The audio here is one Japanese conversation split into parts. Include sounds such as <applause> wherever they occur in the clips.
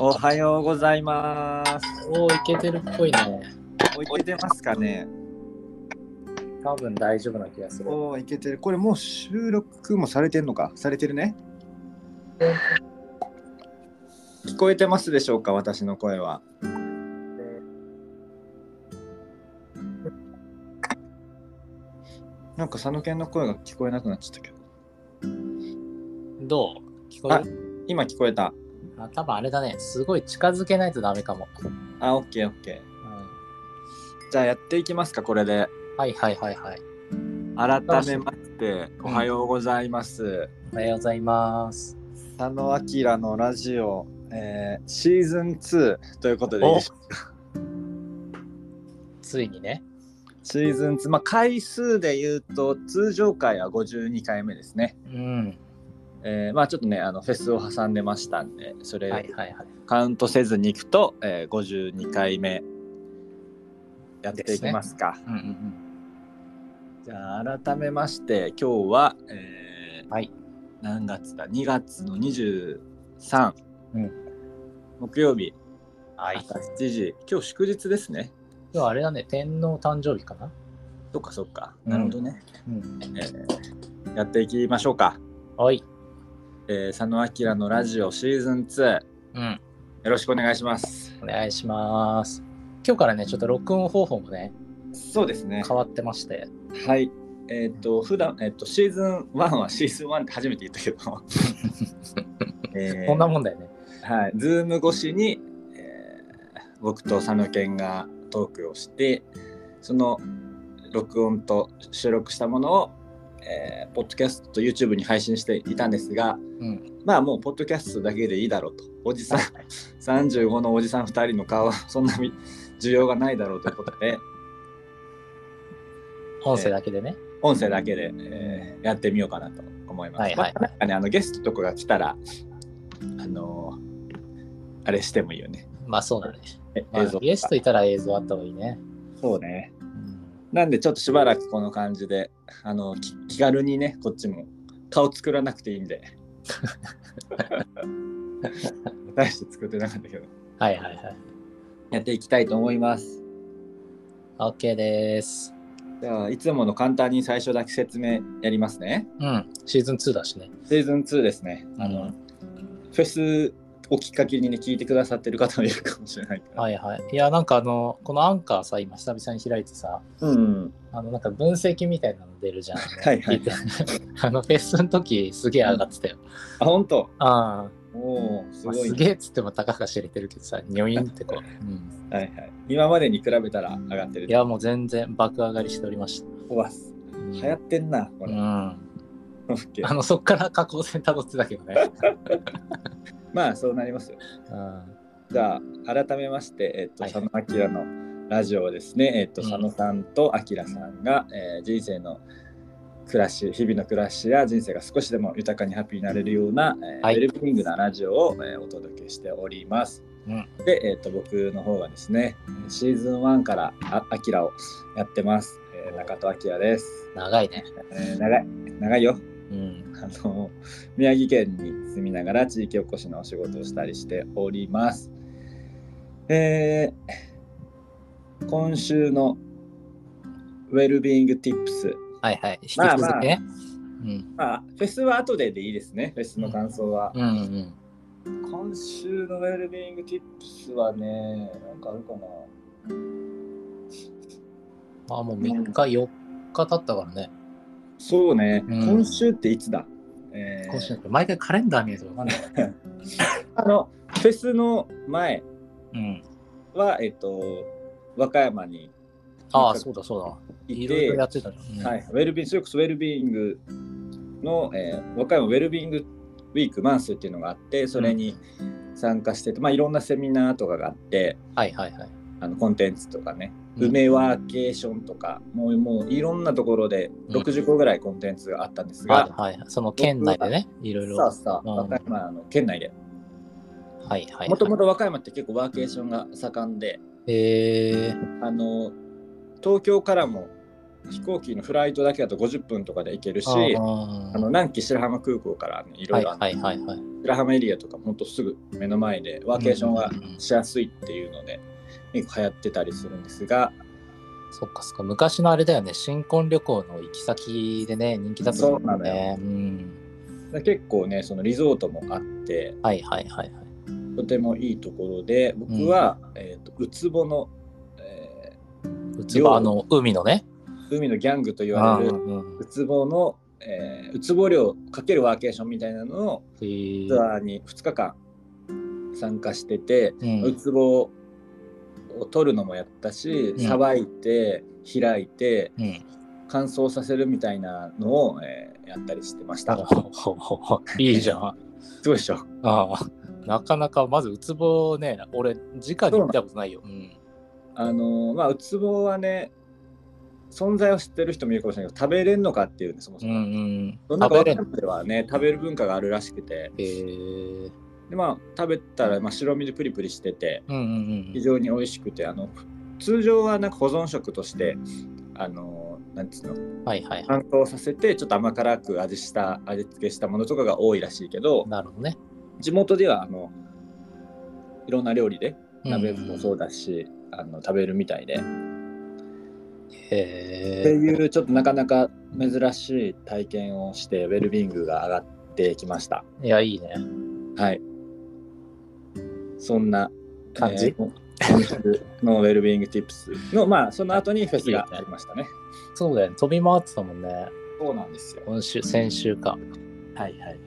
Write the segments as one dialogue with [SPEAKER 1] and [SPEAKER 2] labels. [SPEAKER 1] おはようございます。
[SPEAKER 2] おお、いけてるっぽいね。
[SPEAKER 1] 置いてますかね
[SPEAKER 2] 多分大丈夫な気がする。
[SPEAKER 1] おーいけてる。これもう収録もされてんのかされてるね。聞こえてますでしょうか私の声は。なんか佐野健の声が聞こえなくなっちゃったけど。
[SPEAKER 2] どう聞こえる
[SPEAKER 1] 今聞こえた。
[SPEAKER 2] あ多分あれだね。すごい近づけないとダメかも。うん、
[SPEAKER 1] あ、オッケーオッケー。じゃあやっていきますか、これで。
[SPEAKER 2] はいはいはいはい。
[SPEAKER 1] 改めまして、おはようございます。
[SPEAKER 2] おはようございます。
[SPEAKER 1] 佐野明のラジオ、えーシーズン2ということでいいでしょう
[SPEAKER 2] ついにね。
[SPEAKER 1] シーズン2、まあ、回数で言うと通常回は52回目ですね、
[SPEAKER 2] うん。
[SPEAKER 1] えーまあちょっとねあのフェスを挟んでましたんでそ
[SPEAKER 2] はいはい
[SPEAKER 1] れ
[SPEAKER 2] はい。
[SPEAKER 1] カウントせずにいくと、えー52回目やっていきますか
[SPEAKER 2] うんうん
[SPEAKER 1] じゃあ改めまして今日は、えー
[SPEAKER 2] はい
[SPEAKER 1] 何月だ2月の23、
[SPEAKER 2] うん
[SPEAKER 1] 木曜日
[SPEAKER 2] うん。はい。
[SPEAKER 1] 朝
[SPEAKER 2] 今
[SPEAKER 1] 7時今日祝日ですね
[SPEAKER 2] 日あれだね。天皇誕生日かな
[SPEAKER 1] そっかそっか。
[SPEAKER 2] うん
[SPEAKER 1] なるほどね。
[SPEAKER 2] うん。
[SPEAKER 1] えーやっていきましょうか。
[SPEAKER 2] はい。
[SPEAKER 1] えー、佐野明のラジオシーズン2、よ
[SPEAKER 2] うん。
[SPEAKER 1] ろしくお願いします。
[SPEAKER 2] お願いします。今日からね、ちょっと録音方法もね、
[SPEAKER 1] そうですね。
[SPEAKER 2] 変わってまして。
[SPEAKER 1] はい。えっ、と、普段、えっ、と、シーズン1はシーズン1って初めて言ったけど、えー
[SPEAKER 2] こんなもんだよね。
[SPEAKER 1] はい。ズーム越しに、えー僕と佐野健がトークをして、その録音と収録したものを、えーポッドキャストと YouTube に配信していたんですが、
[SPEAKER 2] うん。
[SPEAKER 1] まあもうポッドキャストだけでいいだろうと。おじさん、35のおじさん2人の顔はそんなに <laughs> 需要がないだろうということで、
[SPEAKER 2] 音声だけでね。
[SPEAKER 1] 音声だけで、えーやってみようかなと思います。
[SPEAKER 2] はいはい
[SPEAKER 1] まあなんかね、あのゲストとかが来たら、あのーあれしてもいいよね。
[SPEAKER 2] まあそうだね。
[SPEAKER 1] え
[SPEAKER 2] まあ、
[SPEAKER 1] 映像とか
[SPEAKER 2] ゲストいたら映像あった方がいいね。
[SPEAKER 1] そうね。
[SPEAKER 2] うん
[SPEAKER 1] なんでちょっとしばらくこの感じで、あのき気軽にね、こっちも顔作らなくていい
[SPEAKER 2] <laughs>
[SPEAKER 1] んで。大して作ってなかったけど。
[SPEAKER 2] はいはいはい。
[SPEAKER 1] やっていきたいと思います。
[SPEAKER 2] OK です。
[SPEAKER 1] じゃあいつもの簡単に最初だけ説明やりますね。
[SPEAKER 2] うん。シーズン2だしね。
[SPEAKER 1] シーズン2ですね。あの、
[SPEAKER 2] うん
[SPEAKER 1] フェスをきっかけにね聞いてくださってる方もいるかもしれないから。
[SPEAKER 2] はいはい。いや、なんかあの、このアンカーさ、今久々に開いてさ、
[SPEAKER 1] うん。
[SPEAKER 2] あの、なんか分析みたいなの出るじゃん。
[SPEAKER 1] はいはい
[SPEAKER 2] 聞てあの、フェスの時すげえ上がってたよ。
[SPEAKER 1] あ本当。
[SPEAKER 2] ああ、
[SPEAKER 1] おおす
[SPEAKER 2] まあ
[SPEAKER 1] ごい、
[SPEAKER 2] すげえっつってもたかが知れてるけどさ、にょいんってこう。うん
[SPEAKER 1] はいはい。今までに比べたら上がってる。
[SPEAKER 2] いや、もう全然爆上がりしておりました。
[SPEAKER 1] うわす流行ってんなこ
[SPEAKER 2] う
[SPEAKER 1] れ。
[SPEAKER 2] ん。
[SPEAKER 1] オッケ
[SPEAKER 2] あ
[SPEAKER 1] ー。
[SPEAKER 2] の、そっから下降線辿ってたけどね。
[SPEAKER 1] まあそうなりますよ。
[SPEAKER 2] うん。
[SPEAKER 1] じゃあ改めまして、えっと
[SPEAKER 2] はいは
[SPEAKER 1] 佐
[SPEAKER 2] い
[SPEAKER 1] 野明のラジオをですね、えっと
[SPEAKER 2] うん
[SPEAKER 1] 佐野さんと明さんが、えー人生の暮らし日々の暮らしや人生が少しでも豊かにハッピーになれるような、えー
[SPEAKER 2] はい
[SPEAKER 1] ウェルビーイングなラジオを、えーお届けしております。
[SPEAKER 2] うん
[SPEAKER 1] で、えっと僕の方がですねシーズン1からあ明をやってます、えー中戸明です、
[SPEAKER 2] 長いね。
[SPEAKER 1] えー長い長いよ
[SPEAKER 2] うん。
[SPEAKER 1] あの宮城県に住みながら地域おこしのお仕事をしたりしております。えー今週のウェルビーイング Tips、
[SPEAKER 2] はいはい。引き
[SPEAKER 1] まあ
[SPEAKER 2] 続きね。うん。
[SPEAKER 1] まあ、フェスは後ででいいですね、フェスの感想は。
[SPEAKER 2] うんうん。
[SPEAKER 1] 今週のウェルビーイング Tips はね、なんかあるかな。
[SPEAKER 2] あ、もう3日、4日経ったからね。
[SPEAKER 1] そうね、
[SPEAKER 2] うん
[SPEAKER 1] 今週っていつだ、えー
[SPEAKER 2] 今週毎回カレンダー見るとわかんない。
[SPEAKER 1] あのフェスの前
[SPEAKER 2] うん。
[SPEAKER 1] は、えっと、和歌山に
[SPEAKER 2] ああ、そうだそうだ。
[SPEAKER 1] 行
[SPEAKER 2] い
[SPEAKER 1] って、
[SPEAKER 2] ろいろやってたじゃん。
[SPEAKER 1] はい、ウェルビーそれこそウェルビーイングの、えー、和歌山ウェルビーイングウィークマンスっていうのがあってそれに参加してて、まあ、いろんなセミナーとかがあって
[SPEAKER 2] はいはいはい。
[SPEAKER 1] あのコンテンツとかね、
[SPEAKER 2] うん
[SPEAKER 1] 梅ワーケーションとかもうもういろんなところで
[SPEAKER 2] うん
[SPEAKER 1] 60個ぐらいコンテンツがあったんです
[SPEAKER 2] はい
[SPEAKER 1] が、
[SPEAKER 2] はい。その県内でね、いろいろ。
[SPEAKER 1] さあ
[SPEAKER 2] は
[SPEAKER 1] さあ
[SPEAKER 2] うん
[SPEAKER 1] 和歌山の県内で
[SPEAKER 2] いはいはい。
[SPEAKER 1] もともと和歌山って結構ワーケーションが盛んで
[SPEAKER 2] え
[SPEAKER 1] あの東京からも飛行機のフライトだけだと50分とかで行けるし
[SPEAKER 2] ー。あ
[SPEAKER 1] あの南紀白浜空港からね、いろいろあ
[SPEAKER 2] はいはいはいはい。
[SPEAKER 1] 白浜エリアとかもほんとすぐ目の前でワーケーションは
[SPEAKER 2] うんうんうん
[SPEAKER 1] しやすいっていうので、結構流行ってたりするんですが、
[SPEAKER 2] そっかそっか昔のあれだよね新婚旅行の行き先でね人気だったもん
[SPEAKER 1] そうなの
[SPEAKER 2] ね
[SPEAKER 1] よ
[SPEAKER 2] うん
[SPEAKER 1] 結構ねそのリゾートもあって
[SPEAKER 2] はいはいはいはい
[SPEAKER 1] とてもいいところで僕は、えー、とウツボの、え
[SPEAKER 2] うつばあの海のね
[SPEAKER 1] ー海のギャングと言
[SPEAKER 2] あ
[SPEAKER 1] わ
[SPEAKER 2] あ
[SPEAKER 1] れ
[SPEAKER 2] う
[SPEAKER 1] る
[SPEAKER 2] んうん
[SPEAKER 1] ウツボの、えー、ウツボ漁かけるワーケーションみたいなのを
[SPEAKER 2] へえ
[SPEAKER 1] ツアーに2日間参加してて、
[SPEAKER 2] う
[SPEAKER 1] ウ
[SPEAKER 2] ん
[SPEAKER 1] ツボを取るのもやったし
[SPEAKER 2] うん
[SPEAKER 1] さばいて開いて
[SPEAKER 2] うん
[SPEAKER 1] 乾燥させるみたいなのを、えーやったりしてました
[SPEAKER 2] ほうほうほうほういいじゃんあ
[SPEAKER 1] すごいでしょ
[SPEAKER 2] あなかなかまずウツボをね俺直で見たことないよ、うん、
[SPEAKER 1] あのーまあウツボはね存在を知ってる人もいるかもしれないけど食べれんのかっていうねそも
[SPEAKER 2] う
[SPEAKER 1] そ
[SPEAKER 2] ん
[SPEAKER 1] も、
[SPEAKER 2] うん
[SPEAKER 1] どんなか
[SPEAKER 2] 食べれん
[SPEAKER 1] 分かんないはね食べる文化があるらしくて
[SPEAKER 2] へえ
[SPEAKER 1] でまあ食べたら、まあ、白身でプリプリしてて
[SPEAKER 2] うんうんう
[SPEAKER 1] 非
[SPEAKER 2] ん
[SPEAKER 1] 常に美味しくてあの通常はなんか保存食としてあのーなんつうの
[SPEAKER 2] はいはいは
[SPEAKER 1] 乾燥させてちょっと甘辛く味した味付けしたものとかが多いらしいけど
[SPEAKER 2] いなるほどね
[SPEAKER 1] 地元ではあのいろんな料理で
[SPEAKER 2] うん
[SPEAKER 1] 鍋もそうだし、あの食べるみたいで、
[SPEAKER 2] へ
[SPEAKER 1] って
[SPEAKER 2] え
[SPEAKER 1] いうちょっとなかなか珍しい体験をしてウェルビーイングが上がってきました
[SPEAKER 2] いやいいね
[SPEAKER 1] はいそんな
[SPEAKER 2] 感じ
[SPEAKER 1] えー今週のウェルビーイング Tips のまあその後にフェスがありましたね
[SPEAKER 2] そうだよね飛び回ってたもんね
[SPEAKER 1] そうなんですよ
[SPEAKER 2] 今週先週か
[SPEAKER 1] はいはいはい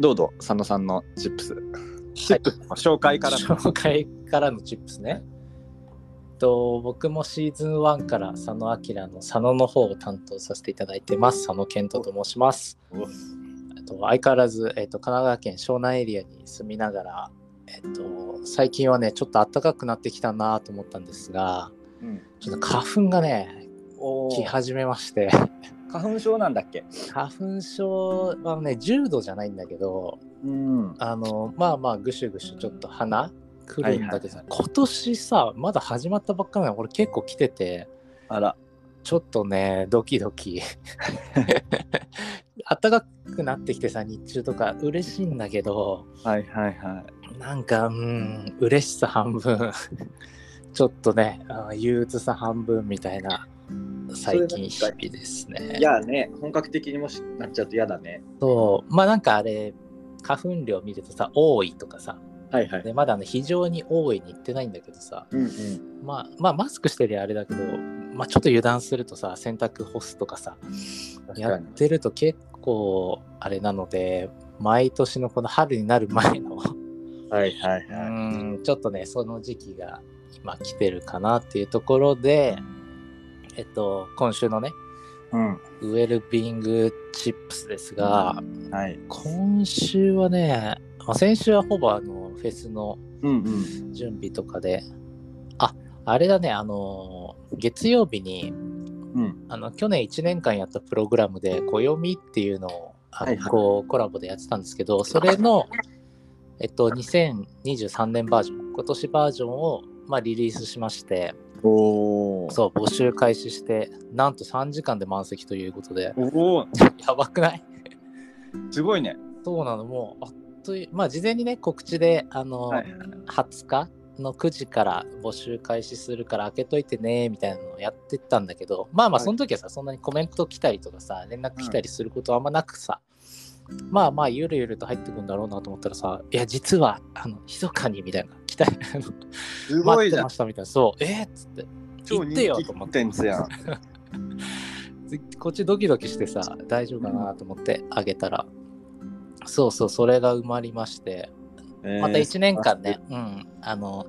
[SPEAKER 1] どうぞ佐野さんのチップスチ
[SPEAKER 2] ッ
[SPEAKER 1] ップスの紹介から、
[SPEAKER 2] 紹介からのチップスね、と僕もシーズン1から佐野明の佐野の方を担当させていただいてます佐野健人と申しますえっと相変わらず、えっと、神奈川県湘南エリアに住みながら、えっと、最近はねちょっと暖かくなってきたなと思ったんですが
[SPEAKER 1] うん、
[SPEAKER 2] ちょっと花粉がね
[SPEAKER 1] お
[SPEAKER 2] 来
[SPEAKER 1] ー
[SPEAKER 2] 始めまして
[SPEAKER 1] 花粉症なんだっけ
[SPEAKER 2] 花粉症はね重度じゃないんだけど
[SPEAKER 1] うん
[SPEAKER 2] あのまあまあぐしゅぐしゅちょっと鼻くるんだけど、
[SPEAKER 1] はいはいはい
[SPEAKER 2] 今年さまだ始まったばっかなの俺結構来てて
[SPEAKER 1] あら
[SPEAKER 2] ちょっとねドキドキ <laughs> 暖かくなってきてさ日中とか嬉しいんだけど
[SPEAKER 1] はいはいはい
[SPEAKER 2] なんかうん嬉しさ半分 <laughs> ちょっとねあ憂鬱さ半分みたいな最近日々ですね
[SPEAKER 1] い。やね、本格的にもしなっちゃうと嫌だね。
[SPEAKER 2] そうまあなんかあれ花粉量見るとさ多いとかさ
[SPEAKER 1] はいは。
[SPEAKER 2] でまだね非常に多いに行ってないんだけどさ
[SPEAKER 1] うんうん。
[SPEAKER 2] まあ、まあマスクしてりゃあれだけど、まあ、ちょっと油断するとさ洗濯干すとかさ
[SPEAKER 1] 確
[SPEAKER 2] や
[SPEAKER 1] か
[SPEAKER 2] っ
[SPEAKER 1] に。
[SPEAKER 2] てると結構あれなので毎年のこの春になる前のう
[SPEAKER 1] はいは
[SPEAKER 2] <laughs>
[SPEAKER 1] いは
[SPEAKER 2] ーんちょっとねその時期が今来てるかなっていうところでえっと今週のね
[SPEAKER 1] い。うん。
[SPEAKER 2] ウェルビーイングチップスですが
[SPEAKER 1] はい。
[SPEAKER 2] 今週はねまあ先週はほぼあのフェスの
[SPEAKER 1] うんうん。
[SPEAKER 2] 準備とかでああれだねあの月曜日に
[SPEAKER 1] うん。
[SPEAKER 2] あの去年1年間やったプログラムで「暦」っていうのをあの
[SPEAKER 1] はいはい
[SPEAKER 2] こうコラボでやってたんですけどそれの、えっと、2023年バージョン今年バージョンを、まあ、リリースしまして
[SPEAKER 1] おお。
[SPEAKER 2] そう募集開始してなんと3時間で満席ということで
[SPEAKER 1] おお。
[SPEAKER 2] やばくない
[SPEAKER 1] すごいね。
[SPEAKER 2] そうなのもうあっというまあ事前にね告知であの、
[SPEAKER 1] はい。
[SPEAKER 2] 20日の9時から募集開始するから開けといてねみたいなのをやってったんだけどまあまあ
[SPEAKER 1] はい
[SPEAKER 2] その時はさ、そんなにコメント来たりとかさ連絡来たりすることはあんまなくさ、まあまあゆるゆると入ってくんだろうなと思ったらさいや実はあの密かにみたいな来たあの
[SPEAKER 1] <laughs> す
[SPEAKER 2] 待ってま。したみたいなそうえーっつって
[SPEAKER 1] 超
[SPEAKER 2] 行ってよ
[SPEAKER 1] 人気
[SPEAKER 2] と
[SPEAKER 1] コ
[SPEAKER 2] 思っ
[SPEAKER 1] ン
[SPEAKER 2] て
[SPEAKER 1] テンツやん。
[SPEAKER 2] こっちドキドキしてさ大丈夫かなと思ってあげたら、そうそうそれが埋まりましてまた1年間ね、うん、あの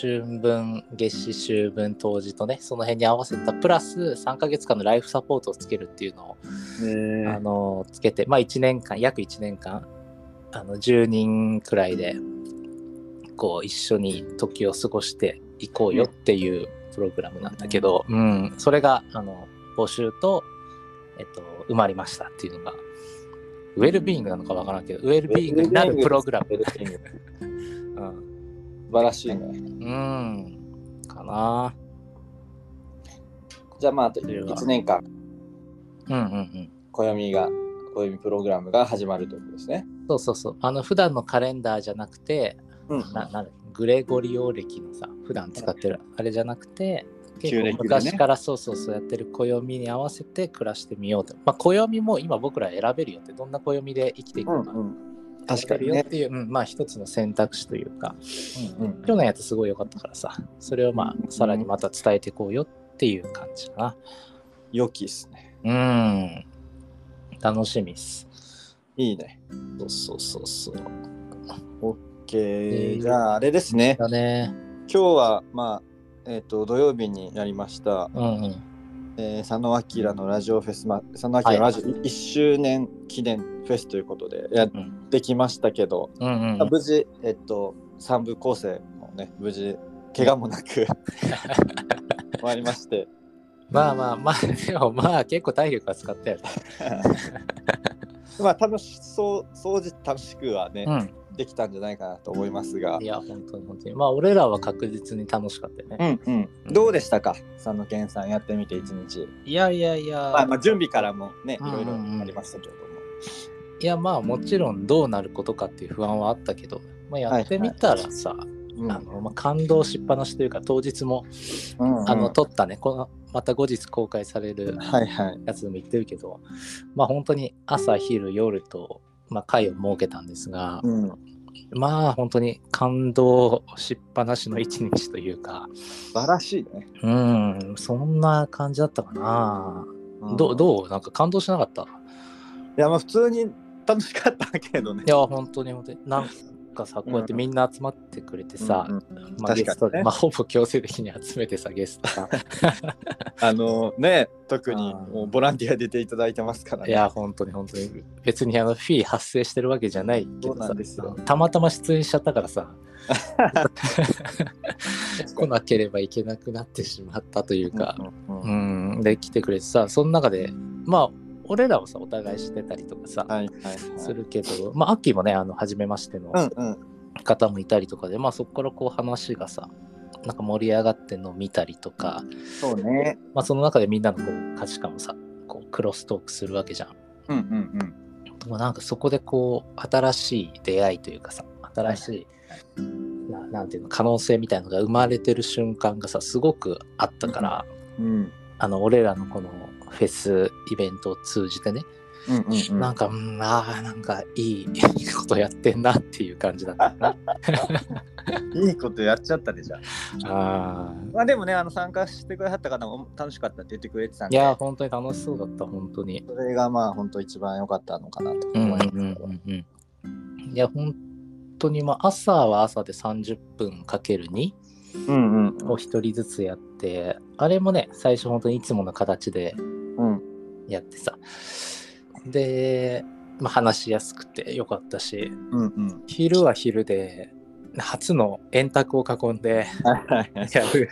[SPEAKER 2] 春分夏至秋分冬至とねその辺に合わせたプラス3ヶ月間のライフサポートをつけるっていうのを、
[SPEAKER 1] えー。
[SPEAKER 2] あのつけてまあ1年間約1年間あの10人くらいでこう一緒に時を過ごしていこうよっていうプログラムなんだけど、うん、それがあの募集と、えっと、埋まりましたっていうのがウェルビーイングなのかわからんけどウェルビーイングになるプログラム。うん
[SPEAKER 1] 素晴らしいね。
[SPEAKER 2] うん。かな。
[SPEAKER 1] じゃあまあ、あと1年間、
[SPEAKER 2] うんうん
[SPEAKER 1] 暦が、暦プログラムが始まるということですね。
[SPEAKER 2] そうそうそう。あの、普段のカレンダーじゃなくて、
[SPEAKER 1] うん
[SPEAKER 2] ななんだグレゴリオ暦のさ、普段使ってるあれじゃなくて、結
[SPEAKER 1] 旧暦
[SPEAKER 2] 構
[SPEAKER 1] でね
[SPEAKER 2] 昔からそうそうそうやってる暦に合わせて暮らしてみようと。まあ、暦も今僕ら選べるよって、どんな暦で生きていくのか。
[SPEAKER 1] うん確か
[SPEAKER 2] 選べ
[SPEAKER 1] に
[SPEAKER 2] るよっ
[SPEAKER 1] ね。
[SPEAKER 2] ていう、うん、まあ一つの選択肢というか、
[SPEAKER 1] うんうん
[SPEAKER 2] 去年やってすごい良かったからさ、それをまあさらにまた伝えていこうよっていう感じか
[SPEAKER 1] 良きですね。
[SPEAKER 2] な。うん。楽しみっす。
[SPEAKER 1] いいね。
[SPEAKER 2] そうそうそうそう。え
[SPEAKER 1] OK。
[SPEAKER 2] ー
[SPEAKER 1] じゃあ、あれですね。
[SPEAKER 2] だね。
[SPEAKER 1] 今日は、まあ、えっと、土曜日になりました。
[SPEAKER 2] うんうん。
[SPEAKER 1] えー佐野明のラジオフェス、ま、佐野明のラジオ1周年記念フェスということでやっ
[SPEAKER 2] うん
[SPEAKER 1] てきましたけど、
[SPEAKER 2] うん
[SPEAKER 1] ま
[SPEAKER 2] う
[SPEAKER 1] あ
[SPEAKER 2] ん。
[SPEAKER 1] 無事、えっと、3部構成もね、無事、怪我もな
[SPEAKER 2] <laughs>
[SPEAKER 1] く終わりまして、
[SPEAKER 2] まあまあまあ、 <laughs> でもまあ結構体力は使ったよね。
[SPEAKER 1] まあ、楽しそう、掃除楽しくはね、
[SPEAKER 2] う
[SPEAKER 1] できたんじゃないかなと思いますが
[SPEAKER 2] ん。い、や、本当に本当に。まあ俺らは確実に楽しかったよ
[SPEAKER 1] う
[SPEAKER 2] ね。
[SPEAKER 1] んうん、どうでしたか、佐野健さん、やってみて1日。
[SPEAKER 2] いやいやいや。
[SPEAKER 1] まあ、まあ準備からもね、い
[SPEAKER 2] うんうんう
[SPEAKER 1] ろ
[SPEAKER 2] ん
[SPEAKER 1] いろありましたけれども。
[SPEAKER 2] いやまあもちろんどうなることかっていう不安はあったけど、まあ、やってみたらさ、
[SPEAKER 1] うん
[SPEAKER 2] あのまあ、感動しっぱなしというか当日も、
[SPEAKER 1] うんうん
[SPEAKER 2] あの撮ったねこのまた後日公開される
[SPEAKER 1] はいはい。
[SPEAKER 2] やつでも言ってるけどまあ本当に朝昼夜と、まあ、会を設けたんですが、
[SPEAKER 1] うん、
[SPEAKER 2] まあ本当に感動しっぱなしの一日というか
[SPEAKER 1] 素晴らしいね。
[SPEAKER 2] うんそんな感じだったかな、
[SPEAKER 1] うん
[SPEAKER 2] どうどうなんか感動しなかったい
[SPEAKER 1] いやまあ普通に楽しかったけどね。
[SPEAKER 2] や本当に本当になんかさこうやってみんな集まってくれてさ、
[SPEAKER 1] うんうん
[SPEAKER 2] まあ、ゲス
[SPEAKER 1] 確か
[SPEAKER 2] ト
[SPEAKER 1] にね
[SPEAKER 2] まあ、ほぼ強制的に集めてさゲストが
[SPEAKER 1] あのね特に
[SPEAKER 2] うん
[SPEAKER 1] もうボランティア出ていただいてますから
[SPEAKER 2] い
[SPEAKER 1] ね。
[SPEAKER 2] や本当に本当に別にあのフィー発生してるわけじゃないけど
[SPEAKER 1] そうな
[SPEAKER 2] さ
[SPEAKER 1] んですよ
[SPEAKER 2] たまたま出演しちゃったから
[SPEAKER 1] <laughs>
[SPEAKER 2] さ来なければいけなくなってしまったというか、
[SPEAKER 1] うんうん
[SPEAKER 2] う
[SPEAKER 1] うん
[SPEAKER 2] ん、で来てくれてさその中でまあ俺らをさお互いしてたりとかさ、
[SPEAKER 1] はいはいはい。
[SPEAKER 2] するけど、まあ、アッキーもね、あの、初めましての
[SPEAKER 1] うんうん
[SPEAKER 2] 方もいたりとかで、まあ、そこからこう話がさ、なんか盛り上がってんのを見たりとか、
[SPEAKER 1] そうね。
[SPEAKER 2] まあ、その中でみんなのこう価値観をさこうクロストークするわけじゃん。
[SPEAKER 1] うんうん
[SPEAKER 2] でもなんかそこでこう新しい出会いというかさ新しい、ななんていうの可能性みたいのが生まれてる瞬間がさすごくあったから、
[SPEAKER 1] うんうん
[SPEAKER 2] あの俺らのこのフェスイベントを通じてね、
[SPEAKER 1] うんうんうん。
[SPEAKER 2] なんかうんあーなんかいい <laughs> いいことやってんなっていう感じだった <laughs> な。
[SPEAKER 1] いいことやっちゃったでじゃあ。
[SPEAKER 2] あー
[SPEAKER 1] まあでもねあの参加してくださった方も楽しかったって言ってくれてたん
[SPEAKER 2] い
[SPEAKER 1] で。
[SPEAKER 2] や本当に楽しそうだった本当に。
[SPEAKER 1] それがまあ本当一番良かったのかなと
[SPEAKER 2] うんうん
[SPEAKER 1] 思います。
[SPEAKER 2] うんうんうんいや本当にまあ朝は朝で30分かける2
[SPEAKER 1] うんうん
[SPEAKER 2] を一人ずつやってあれもね最初本当にいつもの形で
[SPEAKER 1] うん
[SPEAKER 2] やってさで、まあ、話しやすくてよかったし
[SPEAKER 1] うんうん。
[SPEAKER 2] 昼は昼で初の円卓を囲んで
[SPEAKER 1] はいはいはい。
[SPEAKER 2] やる